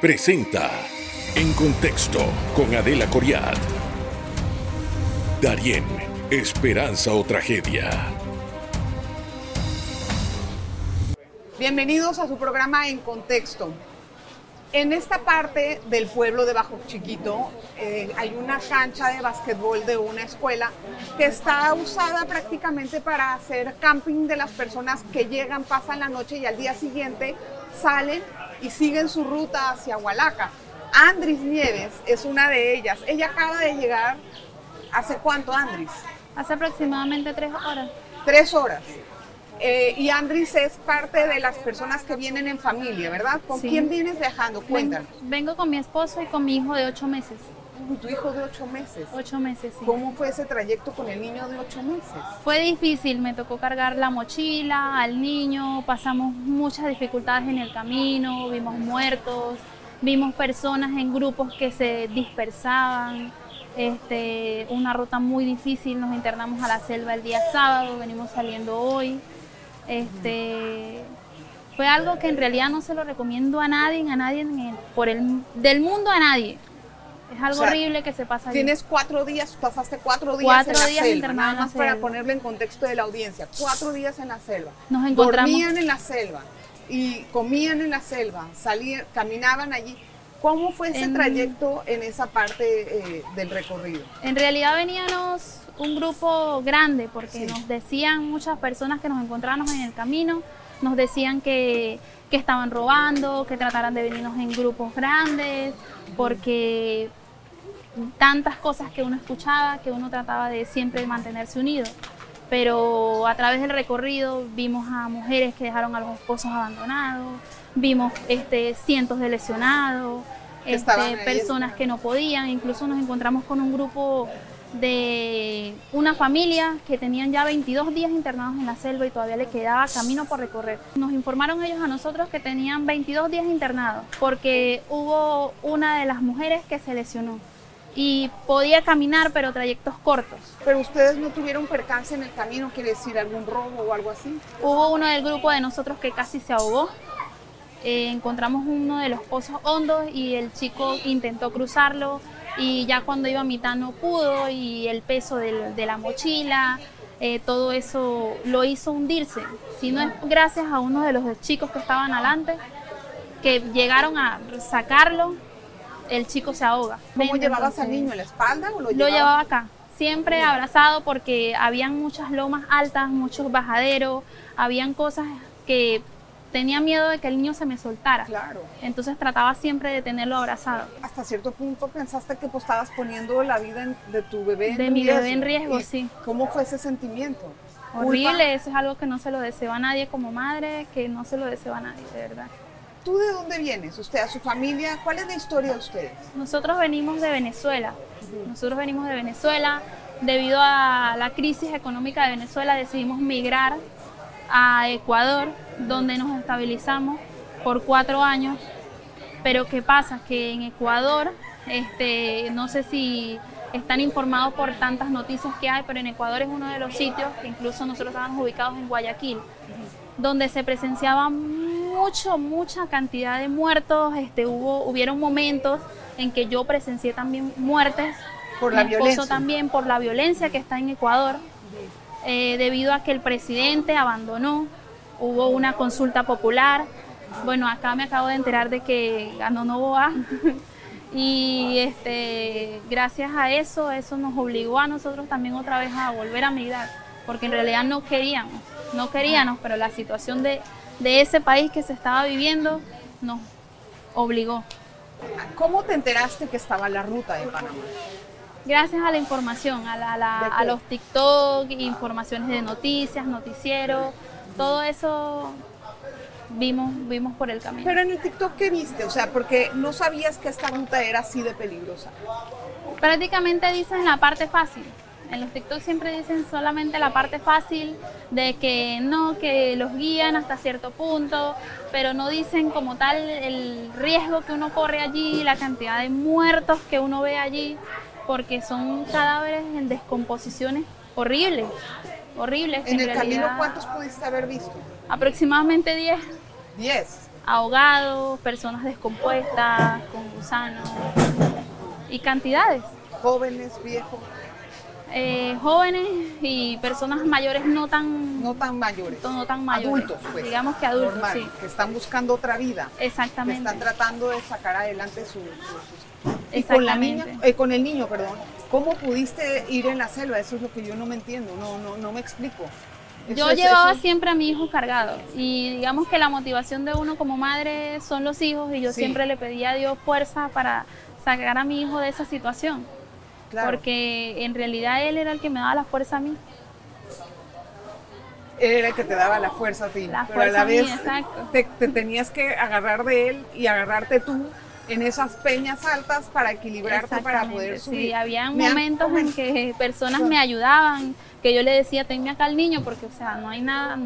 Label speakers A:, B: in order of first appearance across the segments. A: presenta En Contexto con Adela Coriad. Darien, Esperanza o Tragedia.
B: Bienvenidos a su programa En Contexto. En esta parte del pueblo de Bajo Chiquito eh, hay una cancha de básquetbol de una escuela que está usada prácticamente para hacer camping de las personas que llegan, pasan la noche y al día siguiente salen y siguen su ruta hacia Hualaca. Andris Nieves es una de ellas. Ella acaba de llegar, ¿hace cuánto Andris?
C: Hace aproximadamente tres horas.
B: Tres horas. Eh, y Andris es parte de las personas que vienen en familia, ¿verdad? ¿Con
C: Sí.
B: quién vienes viajando? Cuéntanos.
C: Ven- Vengo con mi esposo y con mi hijo de ocho meses.
B: Uy, Tu hijo de ocho meses.
C: Ocho meses, sí.
B: ¿Cómo fue ese trayecto con el niño de ocho meses?
C: Fue difícil, me tocó cargar la mochila al niño, pasamos muchas dificultades en el camino, vimos muertos, vimos personas en grupos que se dispersaban, este, una ruta muy difícil, nos internamos a la selva el día sábado, venimos saliendo hoy. Este, fue algo que en realidad no se lo recomiendo a nadie, a nadie en el- por el, del mundo a nadie. Es algo
B: sea,
C: horrible que se pasa. allí.
B: Tienes cuatro días, pasaste cuatro días
C: Cuatro
B: en la
C: días
B: selva,
C: internado
B: nada
C: en la
B: más para
C: selva.
B: ponerlo en contexto de la audiencia. Cuatro días en la selva.
C: Nos encontramos-
B: Dormían en la selva y comían en la selva, salían, caminaban allí. ¿Cómo fue ese
C: En-
B: trayecto en esa parte eh, del recorrido?
C: En realidad veníamos un grupo grande
B: Sí.
C: porque nos decían muchas personas que nos encontrábamos en el camino, nos decían que, que estaban robando, que trataran de venirnos en grupos grandes, porque tantas cosas que uno escuchaba, que uno trataba de siempre mantenerse unido. Pero a través del recorrido vimos a mujeres que dejaron a los esposos abandonados, vimos este, cientos de lesionados,
B: Que estaban
C: este,
B: ahí,
C: personas
B: estaban.
C: que no podían, incluso nos encontramos con un grupo de una familia que tenían ya 22 días internados en la selva y todavía le quedaba camino por recorrer. Nos informaron ellos a nosotros que tenían 22 días internados porque hubo una de las mujeres que se lesionó y podía caminar pero trayectos cortos.
B: Pero ustedes no tuvieron percance en el camino, quiere decir algún robo o algo así.
C: Hubo uno del grupo de nosotros que casi se ahogó. Eh, encontramos uno de los pozos hondos y el chico intentó cruzarlo y ya cuando iba a mitad no pudo y el peso del- de la mochila, eh, todo eso lo hizo hundirse. Si no es gracias a uno de los chicos que estaban adelante, que llegaron a sacarlo, el chico se ahoga.
B: ¿Cómo llevabas al
C: Entonces,
B: niño? ¿En la espalda o lo,
C: lo
B: llevabas-
C: llevaba acá, siempre abrazado porque habían muchas lomas altas, muchos bajaderos, habían cosas que tenía miedo de que el niño se me soltara.
B: Claro.
C: Entonces trataba siempre de tenerlo abrazado.
B: hasta cierto punto pensaste que pues, estabas poniendo la vida en- de tu bebé en
C: De
B: riesgo.
C: mi bebé en riesgo,
B: ¿Y
C: sí.
B: ¿Cómo fue ese sentimiento?
C: Horrible, eso es algo que no se lo deseo a nadie como madre, que no se lo deseo a nadie, de verdad.
B: Culpa. ¿Tú de dónde vienes? ¿Usted a su familia? ¿Cuál es la historia de ustedes?
C: Nosotros venimos de Venezuela. Nosotros venimos de Venezuela. Debido a la crisis económica de Venezuela decidimos migrar a Ecuador, donde nos estabilizamos por cuatro años. Pero ¿qué pasa? Que en Ecuador, este, no sé si están informados por tantas noticias que hay, pero en Ecuador es uno de los sitios que incluso nosotros estábamos ubicados en Guayaquil donde se presenciaba mucho, mucha cantidad de muertos. Este, hubo, hubieron momentos en que yo presencié también muertes.
B: Por la
C: Mi esposo
B: violencia.
C: también por la violencia que está en Ecuador, eh, debido a que el presidente abandonó. Hubo una consulta popular. Bueno, acá me acabo de enterar de que ganó Novoa. Y este, gracias a eso, eso nos obligó a nosotros también otra vez a volver a migrar, porque en realidad no queríamos, no queríamos, pero la situación de, de ese país que se estaba viviendo nos obligó.
B: ¿Cómo te enteraste que estaba la ruta de Panamá?
C: Gracias a la información, a, la- a la-
B: ¿De qué?
C: a los TikTok, informaciones de noticias, noticieros, todo eso vimos, vimos por el camino.
B: Pero en el TikTok, ¿qué viste? O sea, porque no sabías que esta ruta era así de peligrosa.
C: prácticamente dicen la parte fácil. En los TikTok siempre dicen solamente la parte fácil de que no, que los guían hasta cierto punto, pero no dicen como tal el riesgo que uno corre allí, la cantidad de muertos que uno ve allí, porque son cadáveres en descomposiciones horribles, horribles. que
B: En el
C: realidad-
B: camino, ¿cuántos pudiste haber visto?
C: Aproximadamente 10.
B: Diez.
C: ahogados, personas descompuestas, con gusanos y cantidades.
B: Jóvenes, viejos,
C: Eh, jóvenes y personas mayores no tan,
B: no tan mayores.
C: no tan mayores.
B: Adultos, pues.
C: Digamos que adultos,
B: normal,
C: sí.
B: Que están buscando otra vida. Que
C: Exactamente.
B: están tratando de sacar adelante su- su- sus... Y con, la niña-
C: Exactamente.
B: eh, con el niño, perdón. ¿Cómo pudiste ir en la selva? Eso es lo que yo no me entiendo, no, no, no me explico. Eso
C: Yo
B: es-
C: llevaba
B: eso-
C: siempre a mi hijo cargado y digamos que la motivación de uno como madre son los hijos y yo
B: Sí.
C: siempre le pedía a Dios fuerza para sacar a mi hijo de esa situación,
B: claro.
C: porque en realidad él era el que me daba la fuerza a mí.
B: Él era el que te daba la fuerza a ti.
C: La
B: pero a
C: fuerza
B: la
C: a mí,
B: vez
C: exacto.
B: te, te tenías que agarrar de él y agarrarte tú en esas peñas altas para equilibrarte, para poder
C: Exactamente,
B: subir.
C: Sí, había
B: Me han
C: momentos en
B: comen-
C: que personas
B: Claro.
C: me ayudaban, que yo le decía, tenme acá al niño, porque, o sea, no hay nada.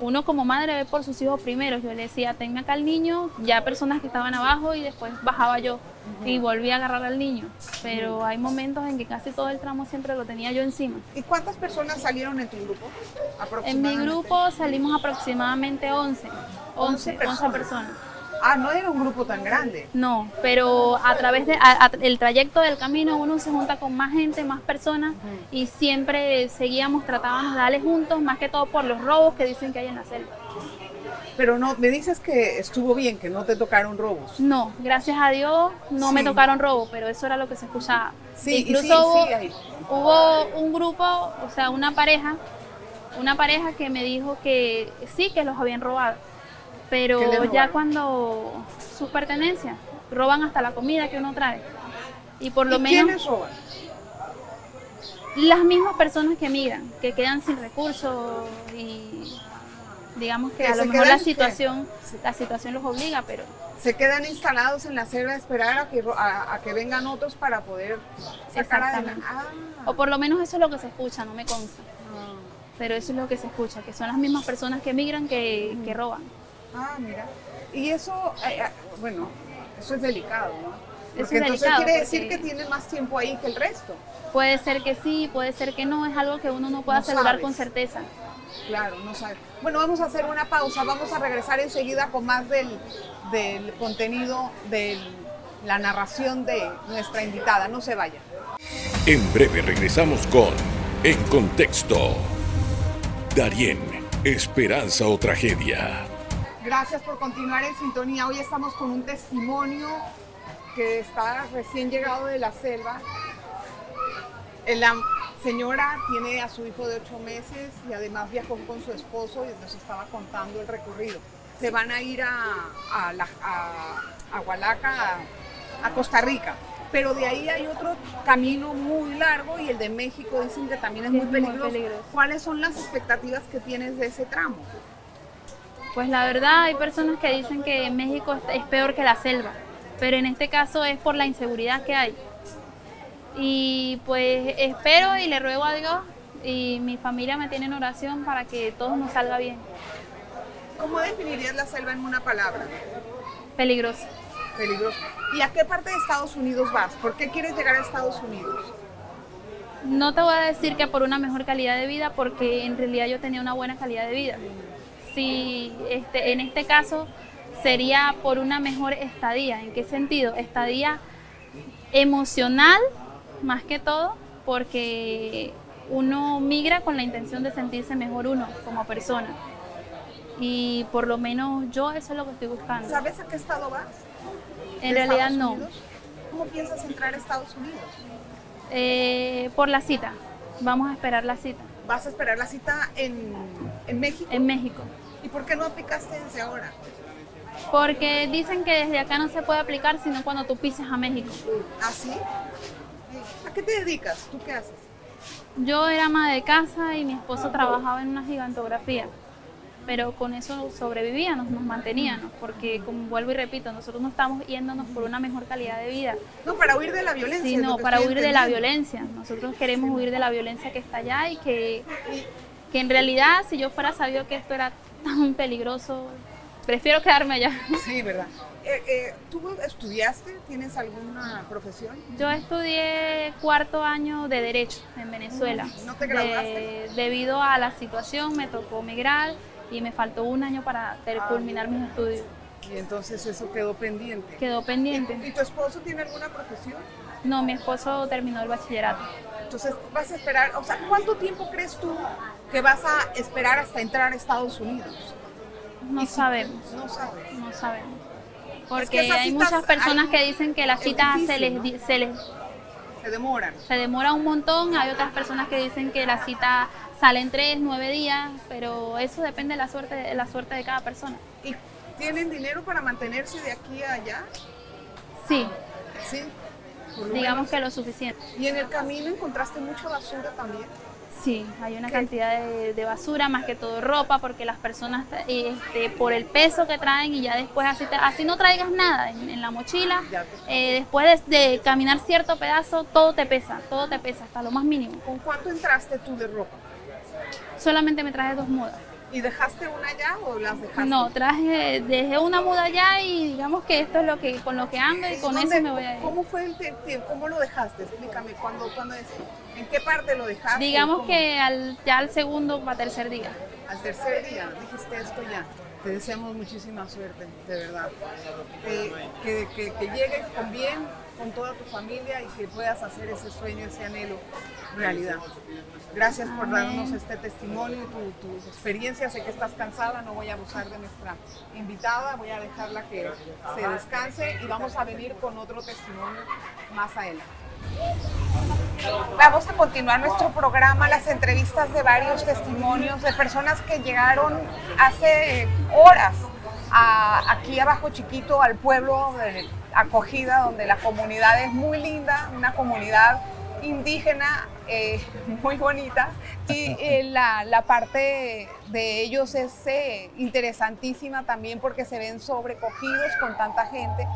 C: Uno como madre ve por sus hijos primero. Yo le decía, tenme acá al niño, ya personas que estaban abajo y después bajaba yo y volví a agarrar al niño. Pero hay momentos en que casi todo el tramo siempre lo tenía yo encima.
B: ¿Y cuántas personas salieron en tu grupo?
C: En mi
B: Aproximadamente.
C: grupo salimos aproximadamente 11, 11, 11
B: personas.
C: personas.
B: Ah, no era un grupo tan grande.
C: No, pero a través del trayecto del camino uno se junta con más gente, más personas y siempre seguíamos, tratábamos de darle juntos, más que todo por los robos que dicen que hay en la selva.
B: Pero no, me dices que estuvo bien, que no te tocaron robos.
C: No, gracias a Dios no me
B: Sí.
C: tocaron robos, pero eso era lo que se escuchaba.
B: Sí, y sí,
C: Incluso
B: sí,
C: hubo,
B: hay.
C: hubo un grupo, o sea, una pareja, una pareja que me dijo que sí, que los habían robado, pero
B: ¿Qué les
C: ya
B: robaron?
C: cuando sus pertenencias, roban hasta la comida que uno trae. Y por lo
B: ¿Y
C: menos...
B: ¿Quiénes roban?
C: las mismas personas que migran, que quedan sin recursos y digamos que
B: Que
C: a lo
B: se
C: mejor
B: quedan
C: la
B: sin-
C: situación,
B: sí.
C: la situación los obliga, pero
B: Se quedan instalados en la selva a esperar a que, ro- a, a que vengan otros para poder sacar adelante.
C: Exactamente. Oh. o por lo menos eso es lo que se escucha, no me consta,
B: Ah.
C: pero eso es lo que se escucha, que son las mismas personas que migran que, que roban.
B: Ah, mira. Y eso, eh, eh, bueno, eso es delicado, ¿no? Porque
C: Eso es
B: entonces
C: delicado,
B: quiere decir
C: porque-
B: que tiene más tiempo ahí que el resto.
C: Puede ser que sí, puede ser que no, es algo que uno no puede
B: No
C: asegurar
B: sabes.
C: con certeza.
B: Claro, no sabe. Bueno, vamos a hacer una pausa. Vamos a regresar enseguida con más del, del contenido de la narración de nuestra invitada. No se vaya.
A: En breve regresamos con En Contexto. Darien, esperanza o tragedia.
B: Gracias por continuar en sintonía. Hoy estamos con un testimonio que está recién llegado de la selva. Eh, La señora tiene a su hijo de ocho meses y además viajó con su esposo y nos estaba contando el recorrido. Se van a ir a, a, la- a- a Hualaca, a, a Costa Rica. Pero de ahí hay otro camino muy largo y el de México dicen que también es,
C: Que
B: muy,
C: es muy
B: peligroso.
C: peligroso.
B: ¿Cuáles son las expectativas que tienes de ese tramo?
C: Pues la verdad hay personas que dicen que México es- es peor que la selva, pero en este caso es por la inseguridad que hay. Y pues espero y le ruego a Dios y mi familia me tiene en oración para que todo nos salga bien.
B: ¿Cómo definirías la selva en una palabra?
C: Peligroso.
B: Peligroso. ¿Y a qué parte de Estados Unidos vas? ¿Por qué quieres llegar a Estados Unidos?
C: No te voy a decir que por una mejor calidad de vida, porque en realidad yo tenía una buena calidad de vida. Si este, en este caso sería por una mejor estadía. ¿En qué sentido? Estadía emocional, más que todo, porque uno migra con la intención de sentirse mejor uno como persona. Y por lo menos yo eso es lo que estoy buscando.
B: ¿Sabes a qué estado vas?
C: En
B: ¿De
C: realidad
B: Estados
C: no.
B: Unidos? ¿Cómo piensas entrar a Estados Unidos?
C: Eh, por la cita. Vamos a esperar la cita.
B: ¿Vas a esperar la cita en, en México?
C: En México.
B: ¿Y por qué no aplicaste desde ahora?
C: Porque dicen que desde acá no se puede aplicar sino cuando tú pises a México.
B: ¿Así? ¿Ah, ¿A qué te dedicas? ¿Tú qué haces?
C: Yo era ama de casa y mi esposo trabajaba en una gigantografía, pero con eso sobrevivíamos, nos manteníamos, porque como vuelvo y repito, nosotros no estamos yéndonos por una mejor calidad de vida,
B: No, para huir de la violencia. es lo
C: sino
B: que
C: para
B: estoy
C: huir de la
B: entendiendo.
C: violencia. Nosotros queremos huir de la violencia que está allá y que, que en realidad si yo fuera sabido que esto era tan peligroso, prefiero quedarme allá.
B: Sí, ¿verdad? Eh, eh, ¿Tú estudiaste? ¿Tienes alguna profesión?
C: Yo estudié cuarto año de Derecho en Venezuela.
B: ¿No te
C: De-
B: graduaste?
C: debido a la situación me tocó migrar y me faltó un año para ter-
B: Ah,
C: culminar mis estudios.
B: Y entonces eso quedó pendiente.
C: Quedó pendiente.
B: ¿Y, y tu esposo tiene alguna profesión?
C: No, mi esposo terminó el bachillerato.
B: Entonces vas a esperar, o sea, ¿cuánto tiempo crees tú que vas a esperar hasta entrar a Estados Unidos?
C: No
B: ¿Y si-
C: sabemos,
B: No sabes.
C: no sabemos.
B: Es que
C: Porque
B: esas
C: hay
B: citas
C: muchas personas
B: hay-
C: que dicen que las
B: es
C: citas se,
B: difícil,
C: les,
B: ¿no?
C: di- se les
B: Se demoran.
C: se demora un montón, hay otras personas que dicen que la cita sale en tres, nueve días, pero eso depende de la suerte de, la suerte de cada persona.
B: ¿Y tienen dinero para mantenerse de aquí a allá?
C: Sí,
B: Sí. por lo
C: digamos
B: menos.
C: que lo suficiente.
B: Y en el camino encontraste mucha basura también.
C: Sí, hay una
B: ¿Qué?
C: cantidad de, de basura, más que todo ropa, porque las personas este, por el peso que traen y ya después así, te- así no traigas nada en, en la mochila,
B: Ya te-
C: eh, después de, de caminar cierto pedazo, todo te pesa, todo te pesa, hasta lo más mínimo.
B: ¿Con cuánto entraste tú de ropa?
C: Solamente me traje dos mudas.
B: ¿Y dejaste una allá o las dejaste?
C: No, traje, dejé una muda allá y digamos que esto es lo que con lo que ando y con
B: ¿Dónde-
C: eso me voy a ir.
B: ¿Cómo fue el te- te- ¿Cómo lo dejaste? Explícame, ¿cuándo, cuándo es? ¿En qué parte lo dejaste?
C: Digamos
B: ¿Cómo?
C: que al, ya al segundo o tercer día.
B: Al tercer día dijiste esto ya. Te deseamos muchísima suerte, de verdad. Eh, que, que, que llegues con bien, con toda tu familia y que puedas hacer ese sueño, ese anhelo realidad. Gracias por
C: Amén.
B: darnos este testimonio y tu, tu experiencia. Sé que estás cansada, no voy a abusar de nuestra invitada, voy a dejarla que se descanse y vamos a venir con otro testimonio más adelante. Vamos a continuar nuestro programa, las entrevistas de varios testimonios de personas que llegaron hace eh, horas a- aquí abajo chiquito, al pueblo de acogida, donde la comunidad es muy linda, una comunidad indígena eh, muy bonita. Y eh, la, la parte de ellos es eh, interesantísima también porque se ven sobrecogidos con tanta gente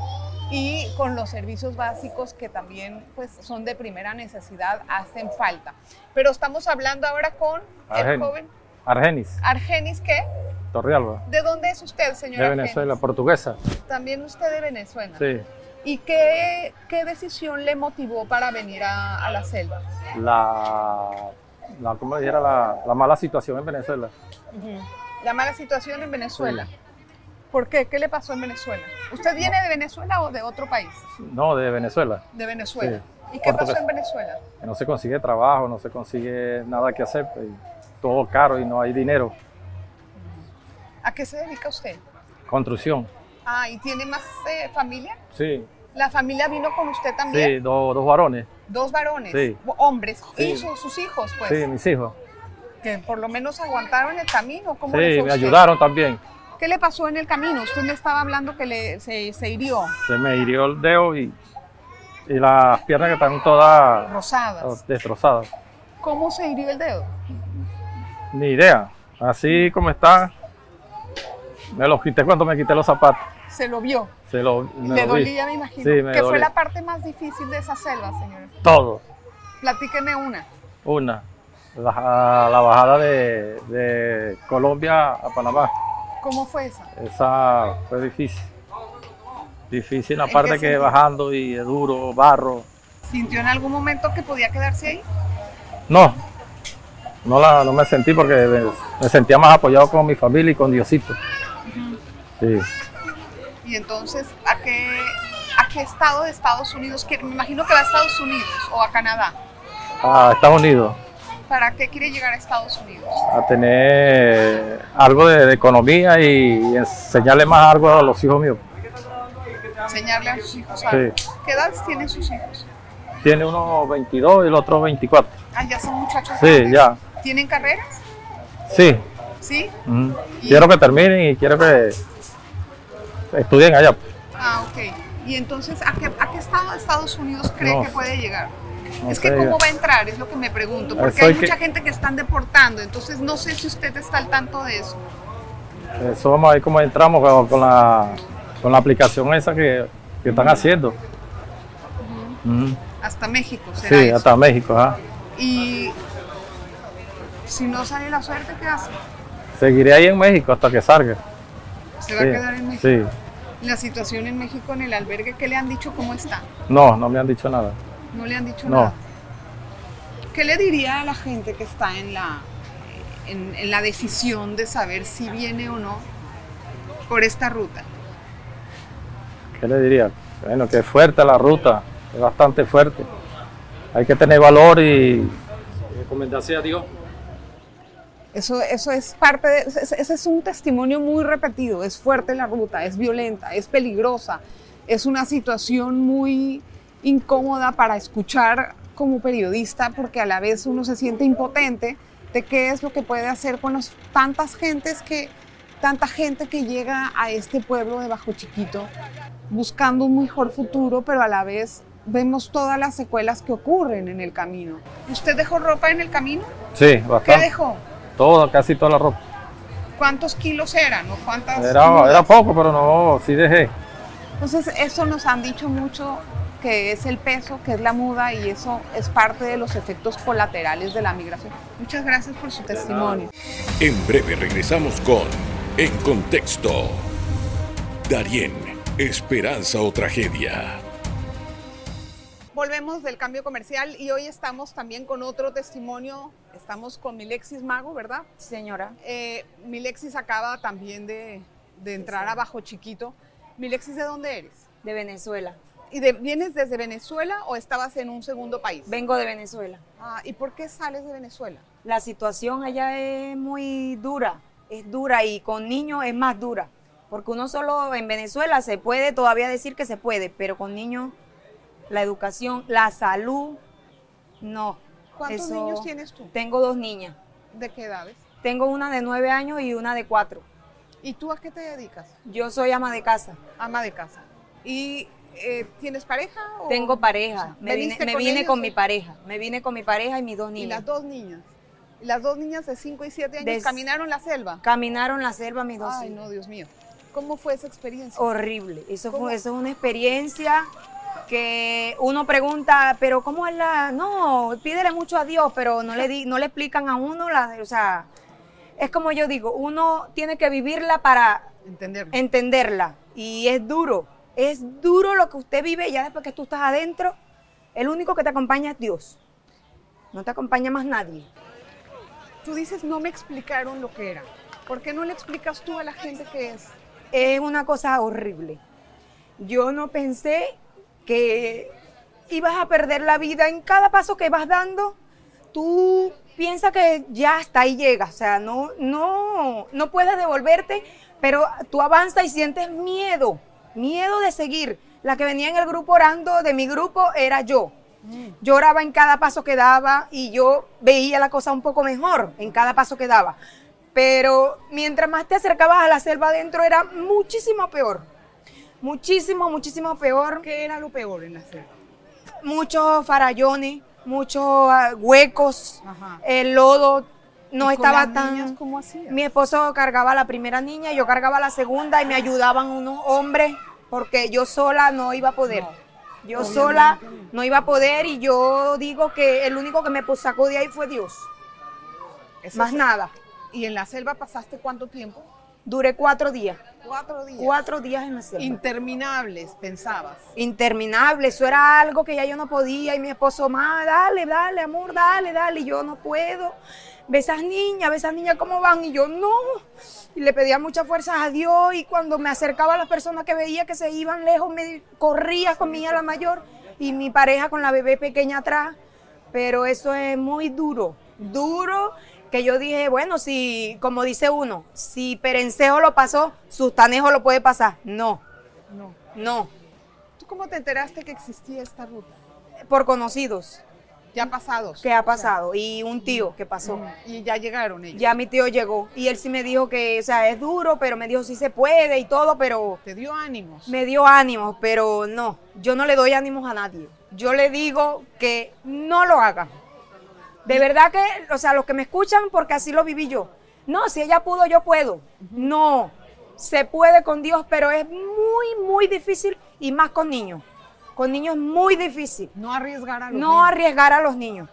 B: y con los servicios básicos que también pues, son de primera necesidad, hacen falta. Pero estamos hablando ahora con el
D: Argenis.
B: joven
D: Argenis,
B: Argenis, ¿qué?
D: Torrealba,
B: ¿De dónde es usted, señor
D: de
B: Argenis?
D: Venezuela, portuguesa.
B: También usted de Venezuela.
D: Sí,
B: ¿Y qué, qué decisión le motivó para venir a, a la selva?
D: la, la ¿cómo dijera? La, la mala situación en Venezuela.
B: La mala situación en Venezuela. ¿Por qué? ¿Qué le pasó en Venezuela? ¿Usted viene de Venezuela o de otro país?
D: No, de Venezuela.
B: De Venezuela.
D: Sí.
B: ¿Y qué pasó
D: Portugués.
B: en Venezuela?
D: que No se consigue trabajo, no se consigue nada que hacer, y todo caro y no hay dinero.
B: ¿A qué se dedica usted?
D: Construcción,
B: Ah, ¿y tiene más eh, familia?
D: sí,
B: ¿La familia vino con usted también?
D: sí, do- dos varones,
B: Dos varones,
D: Sí.
B: hombres,
D: Sí.
B: y sus, sus hijos, pues,
D: sí, mis hijos.
B: que por lo menos aguantaron el camino. ¿Cómo
D: Sí,
B: le fue a
D: me
B: usted?
D: ayudaron también.
B: ¿Qué le pasó en el camino? Usted me estaba hablando que le, se, se hirió,
D: Se me hirió el dedo y, y las piernas que están todas oh,
B: rosadas.
D: destrozadas.
B: ¿Cómo se hirió el dedo?
D: Ni idea. Así como está, me los quité cuando me quité los zapatos.
B: Se lo vio.
D: Se lo, me
B: le
D: lo vi.
B: dolía, me imagino.
D: Sí, me
B: que fue
D: dolía.
B: la parte más difícil de esa selva, señor.
D: Todo.
B: Platíqueme una.
D: Una. La, la bajada de, de Colombia a Panamá.
B: ¿Cómo fue esa?
D: Esa fue difícil. Difícil,
B: qué
D: aparte que
B: sentido?
D: bajando y es duro, barro.
B: ¿Sintió en algún momento que podía quedarse ahí?
D: No. No, la, no me sentí porque me, me sentía más apoyado con mi familia y con Diosito. Sí.
B: Y entonces, ¿a qué, a qué estado de Estados Unidos? quiere? Me imagino que va a Estados Unidos o a Canadá.
D: A Estados Unidos.
B: ¿Para qué quiere llegar a Estados Unidos?
D: a tener algo de, de economía y enseñarle más algo a los hijos míos.
B: Enseñarle a sus hijos algo. ¿Qué edad tienen sus hijos?
D: Tiene uno 22 y el otro 24.
B: Ah, ya son muchachos.
D: Sí,
B: grandes.
D: ya.
B: ¿Tienen carreras?
D: Sí.
B: ¿Sí?
D: Mm.
B: Y-
D: Quiero que terminen y quiero que estudien allá.
B: Ah, ok. ¿Y entonces a qué, a qué estado de Estados Unidos cree
D: No.
B: que puede llegar?
D: No
B: es que
D: sé,
B: cómo va a entrar, es lo que me pregunto, porque
D: Eso
B: hay
D: hay que-
B: mucha gente que están deportando, entonces no sé si usted está al tanto de eso.
D: Eso vamos a ver cómo entramos con, con la, con la aplicación esa que, que están haciendo. Mm.
B: Hasta México será
D: Sí,
B: eso.
D: hasta México. ajá.
B: Y si no sale la suerte, ¿qué hace?
D: Seguiré ahí en México hasta que salga.
B: Se va a quedar en
D: Sí,
B: México.
D: sí.
B: La situación en México en el albergue, ¿qué le han dicho cómo está?
D: No, no me han dicho nada.
B: No le han dicho
D: No.
B: nada. ¿Qué le diría a la gente que está en la, en, en la decisión de saber si viene o no por esta ruta?
D: ¿qué le diría? Bueno, que es fuerte la ruta, es bastante fuerte. Hay que tener valor y recomendarse a Dios.
B: Eso, eso es parte, de- ese ese es un testimonio muy repetido, es fuerte la ruta, es violenta, es peligrosa, es una situación muy incómoda para escuchar como periodista porque a la vez uno se siente impotente de qué es lo que puede hacer con los, tantas gentes que, tanta gente que llega a este pueblo de Bajo Chiquito buscando un mejor futuro, pero a la vez vemos todas las secuelas que ocurren en el camino. ¿Usted dejó ropa en el camino?
D: Sí,
B: ¿Qué
D: bastante.
B: dejó?
D: Todo, casi toda la ropa.
B: cuántos kilos eran o cuántas.
D: Era, era poco, pero no, sí dejé.
B: Entonces, eso nos han dicho mucho que es el peso, que es la muda y eso es parte de los efectos colaterales de la migración. Muchas gracias por su testimonio.
A: En breve regresamos con En Contexto. Darien, esperanza o tragedia.
B: Volvemos del cambio comercial y hoy estamos también con otro testimonio. Estamos con Milexis Mago, ¿verdad?
E: Señora,
B: Eh, Milexis acaba también de, de entrar a Bajo Chiquito. Milexis, ¿de dónde eres?
E: de Venezuela.
B: ¿Y de- vienes desde Venezuela o estabas en un segundo país?
E: Vengo de Venezuela.
B: Ah, ¿Y por qué sales de Venezuela?
E: La situación allá es muy dura, es dura y con niños es más dura. Porque uno solo en Venezuela se puede todavía decir que se puede, pero con niños la educación, la salud, no.
B: ¿Cuántos
E: Eso-
B: niños tienes tú?
E: Tengo dos niñas.
B: ¿De qué edades?
E: Tengo una de nueve años y una de cuatro.
B: ¿Y tú a qué te dedicas?
E: Yo soy ama de casa.
B: Ama de casa. ¿Y eh, tienes pareja? o-
E: Tengo pareja. Me vine,
B: ¿Veniste
E: me vine
B: ellos
E: con
B: o-
E: mi pareja. Me vine con mi pareja y mis dos
B: Y
E: niñas.
B: las dos niñas. Y Las dos niñas de 5 y 7 años
E: De-
B: caminaron la selva.
E: Caminaron la selva mis dos
B: Ay,
E: hijas.
B: no, Dios mío. ¿Cómo fue esa experiencia?
E: Horrible. Eso
B: ¿Cómo?
E: fue, eso es una experiencia que uno pregunta, pero cómo es la, no, pídele mucho a Dios, pero no le di, no le explican a uno la, o sea, es como yo digo, uno tiene que vivirla para
B: Entenderlo.
E: entenderla y es duro, es duro lo que usted vive ya después que tú estás adentro, el único que te acompaña es Dios, no te acompaña más nadie.
B: Tú dices, no me explicaron lo que era. ¿Por qué no le explicas tú a la gente qué es?
E: es una cosa horrible. Yo no pensé que ibas a perder la vida en cada paso que vas dando. Tú piensas que ya hasta ahí llegas, o sea, no, no, no puedes devolverte, pero tú avanzas y sientes miedo, miedo de seguir. La que venía en el grupo orando de mi grupo era yo. Lloraba en cada paso que daba y yo veía la cosa un poco mejor en cada paso que daba. Pero mientras más te acercabas a la selva adentro era muchísimo peor. Muchísimo, muchísimo peor.
B: ¿Qué era lo peor en la selva?
E: Muchos farallones, muchos ah, huecos,
B: Ajá.
E: el lodo no
B: ¿Y con
E: estaba
B: las
E: tan...
B: niñas cómo hacías?
E: Mi esposo cargaba a la primera niña, yo cargaba a la segunda y me ayudaban unos hombres porque yo sola no iba a poder. yo
B: obviamente
E: sola
B: no.
E: no iba a poder y yo digo que el único que me pues, sacó de ahí fue Dios.
B: Eso
E: Más
B: es-
E: nada.
B: ¿Y en la selva pasaste cuánto tiempo?
E: Duré cuatro días.
B: Cuatro días.
E: Cuatro días en la selva.
B: Interminables, pensabas.
E: interminable. Eso era algo que ya yo no podía. Y mi esposo, más, dale, dale, amor, dale, dale. Y yo no puedo. Ve esas niñas, ve esas niñas cómo van. Y yo no. Y le pedía muchas fuerzas a Dios. Y cuando me acercaba a las personas que veía que se iban lejos, me corría con mi hija la mayor y mi pareja con la bebé pequeña atrás. Pero eso es muy duro, duro. Que yo dije, bueno, si, como dice uno, si Perencejo lo pasó, Sustanejo lo puede pasar. No,
B: No.
E: no
B: ¿Tú cómo te enteraste que existía esta ruta?
E: por conocidos
B: Ya pasados.
E: que ha pasado y un tío que pasó.
B: Y ya llegaron ellos.
E: Ya mi tío llegó y él sí me dijo que, o sea, es duro, pero me dijo sí se puede y todo, pero
B: Te dio ánimos.
E: me dio ánimos, pero no, yo no le doy ánimos a nadie. Yo le digo que no lo hagan. De verdad que, o sea, los que me escuchan, porque así lo viví yo. No, si ella pudo, yo puedo. No, se puede con Dios, pero es muy, muy difícil y más con niños. Con niños es muy difícil.
B: No arriesgar a los
E: No
B: niños.
E: arriesgar a los niños.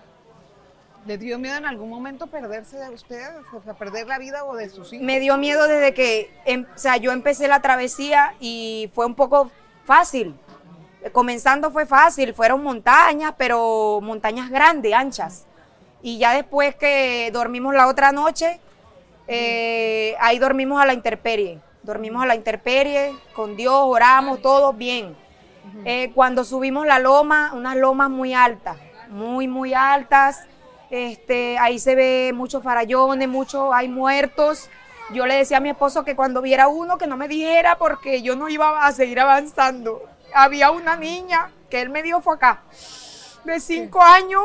B: ¿Les dio miedo en algún momento perderse de ustedes? O sea, perder la vida o de sus hijos.
E: me dio miedo desde que, em- o sea, yo empecé la travesía y fue un poco fácil. Comenzando fue fácil, fueron montañas, pero montañas grandes, anchas. Y ya después que dormimos la otra noche, eh, ahí dormimos a la intemperie. dormimos a la intemperie, con Dios, oramos, todos bien. Eh, cuando subimos la loma, unas lomas muy altas, muy, muy altas, este, ahí se ve muchos farallones, muchos, hay muertos. Yo le decía a mi esposo que cuando viera uno que no me dijera porque yo no iba a seguir avanzando. Había una niña que él me dio fue acá, de cinco años,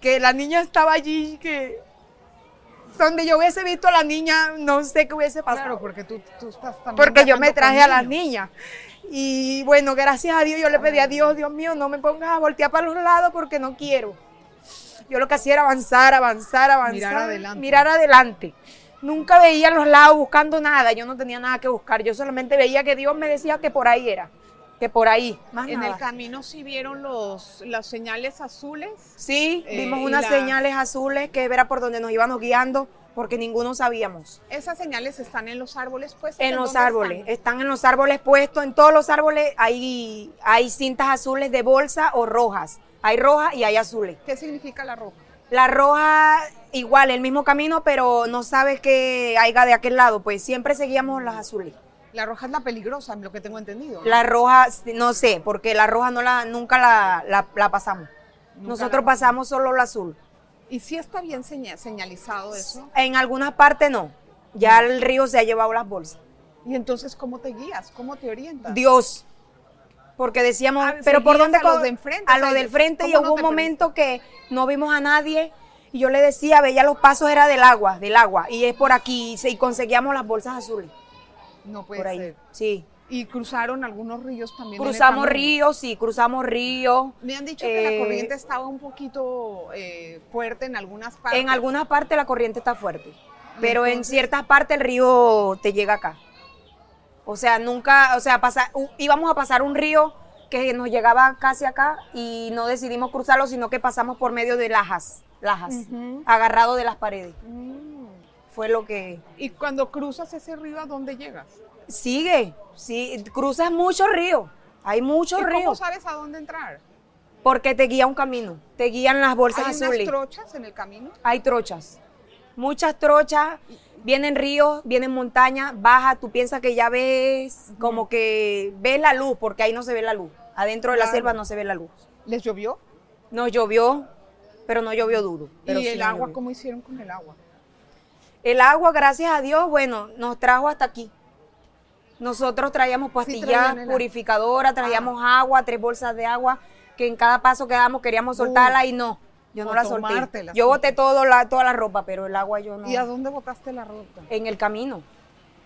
E: que la niña estaba allí, que donde yo hubiese visto a la niña, no sé qué hubiese pasado
B: Claro, porque tú, tú estás también.
E: porque yo me
B: viajando
E: traje
B: con
E: a las
B: niños.
E: niñas. Y bueno, gracias a Dios yo le pedí a Dios, Dios mío, no me pongas a voltear para los lados porque no quiero. Yo lo que hacía era avanzar, avanzar, avanzar.
B: Mirar adelante.
E: mirar adelante. Nunca veía a los lados buscando nada, yo no tenía nada que buscar, yo solamente veía que Dios me decía que por ahí era, que por ahí, más
B: En
E: nada.
B: el camino sí vieron los, las señales azules.
E: sí,
B: eh,
E: vimos
B: y
E: unas
B: las-
E: señales azules que era por donde nos íbamos guiando porque ninguno sabíamos.
B: Esas señales están en los árboles, pues.
E: En los
B: dónde
E: árboles,
B: están?
E: están en los árboles puestos, en todos los árboles hay, hay cintas azules de bolsa o rojas. Hay rojas y hay azules.
B: ¿Qué significa la roja?
E: La roja, igual, el mismo camino, pero no sabes que haya de aquel lado, pues siempre seguíamos las azules.
B: La roja es la peligrosa, lo que tengo entendido. ¿no?
E: La roja, no sé, porque la roja no la, nunca la, la- la pasamos.
B: Nunca
E: Nosotros
B: la-
E: pasamos solo la azul.
B: ¿Y si está bien seña- señalizado eso?
E: En algunas partes no. Ya el río se ha llevado las bolsas.
B: ¿Y entonces cómo te guías? ¿cómo te orientas?
E: Dios. Porque decíamos,
B: Ah,
E: pero ¿por
B: seguías
E: dónde?
B: a los
E: co-
B: de enfrente,
E: A
B: o sea,
E: los del frente
B: ¿cómo
E: y
B: no
E: hubo
B: te
E: un momento que no vimos a nadie y yo le decía, veía los pasos, era del agua, del agua, y es por aquí, y, se- y conseguíamos las bolsas azules,
B: No puede
E: por ahí.
B: ser.
E: Sí,
B: Y cruzaron algunos ríos también. en el
E: cruzamos
B: camino.
E: ríos, sí, cruzamos ríos.
B: Me han dicho que la
E: Eh,
B: corriente estaba un poquito eh, fuerte en algunas partes.
E: En algunas partes la corriente está fuerte, pero en
B: entonces?
E: ciertas partes el río te llega acá. O sea, nunca, o sea, pasa- u- íbamos a pasar un río que nos llegaba casi acá y no decidimos cruzarlo, sino que pasamos por medio de lajas, lajas,
B: Ujú.
E: agarrado de las paredes.
B: Mm.
E: Fue lo que
B: Y cuando cruzas ese río, ¿a dónde llegas?
E: sigue, sí, cruzas muchos ríos, hay muchos
B: ¿Y cómo
E: ríos,
B: sabes a dónde entrar?
E: porque te guía un camino, te guían las bolsas
B: ¿Hay unas
E: azules.
B: trochas en el camino?
E: hay trochas. Muchas trochas, vienen ríos, vienen montañas, baja, tú piensas que ya ves, como que ves la luz, porque ahí no se ve la luz. Adentro de la
B: Claro.
E: selva no se ve la luz.
B: ¿Les llovió?
E: Nos llovió, pero no llovió duro. pero
B: ¿Y
E: sí
B: el
E: nos
B: agua?
E: llovió.
B: ¿Cómo hicieron con el agua?
E: El agua, gracias a Dios, bueno, nos trajo hasta aquí. Nosotros traíamos pastillas
B: traían el agua. Ah.
E: purificadoras, traíamos agua, tres bolsas de agua, que en cada paso que dábamos queríamos soltarla y no, yo
B: o
E: no la solté.
B: tomártela.
E: Yo boté todo la, toda la ropa, pero el agua yo no.
B: ¿Y a dónde botaste la ropa?
E: En el camino.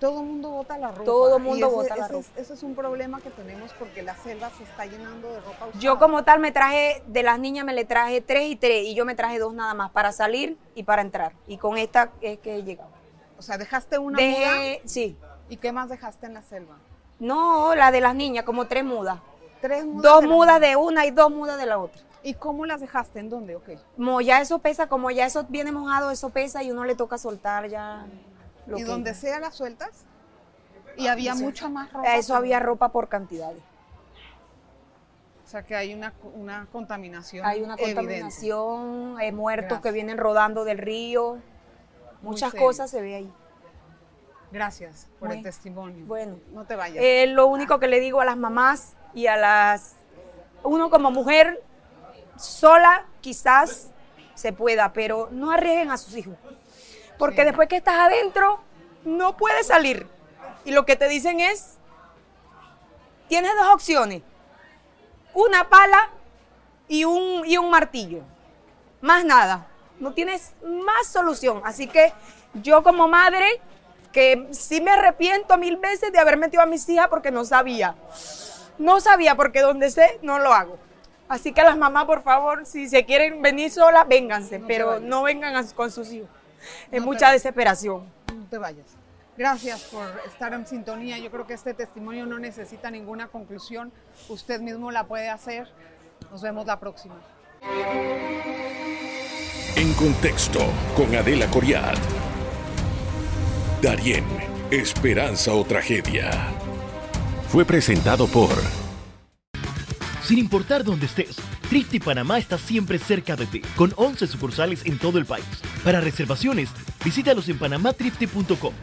B: Todo el mundo bota la ropa.
E: Todo
B: Y
E: mundo
B: ese-
E: bota la
B: ese es- Ese es un problema que tenemos porque la selva se está llenando de ropa usada.
E: Yo como tal me traje, de las niñas me le traje tres y tres, y yo me traje dos nada más, para salir y para entrar. Y con esta es que he llegado.
B: O sea, dejaste una muda
E: Dejé, sí.
B: y ¿qué más dejaste en la selva?
E: No, la de las niñas, como tres mudas.
B: Tres mudas.
E: Dos
B: la
E: mudas
B: misma.
E: de una y dos mudas de la otra.
B: ¿Y cómo las dejaste? ¿En dónde? ¿O qué?
E: Como ya eso pesa, como ya eso viene mojado, eso pesa y uno le toca soltar ya. lo
B: y
E: que-
B: donde sea las sueltas. Y había mucha más ropa.
E: Ah, Eso había ropa por cantidades.
B: O sea, que hay una, una contaminación.
E: Hay una
B: evidente.
E: contaminación, hay muertos
B: Gracias.
E: que vienen rodando del río.
B: Muy
E: Muchas
B: serio.
E: cosas se ve ahí.
B: Gracias por el
E: Bueno,
B: testimonio.
E: bueno. Eh,
B: No te vayas.
E: Es lo único que le digo a las mamás y a las... Uno como mujer sola quizás se pueda, pero no arriesguen a sus hijos. Porque
B: Sí.
E: después que estás adentro, no puedes salir. Y lo que te dicen es, tienes dos opciones. Una pala y un, y un martillo. Más nada. No tienes más solución. Así que yo como madre, que sí me arrepiento mil veces de haber metido a mis hijas porque no sabía. No sabía porque donde sé, no lo hago. Así que las mamás, por favor, si se quieren venir solas, vénganse,
B: No te
E: pero
B: vayas.
E: no vengan a- con sus hijos. Es
B: No te
E: mucha
B: vayas.
E: desesperación.
B: No te vayas. Gracias por estar en sintonía. Yo creo que este testimonio no necesita ninguna conclusión. Usted mismo la puede hacer. Nos vemos la próxima.
A: En contexto con Adela Coriad. Darien, esperanza o tragedia. Fue presentado por
F: Sin importar dónde estés, Trifte Panamá está siempre cerca de ti, con 11 sucursales en todo el país. Para reservaciones, visítalos en panamatrifte.com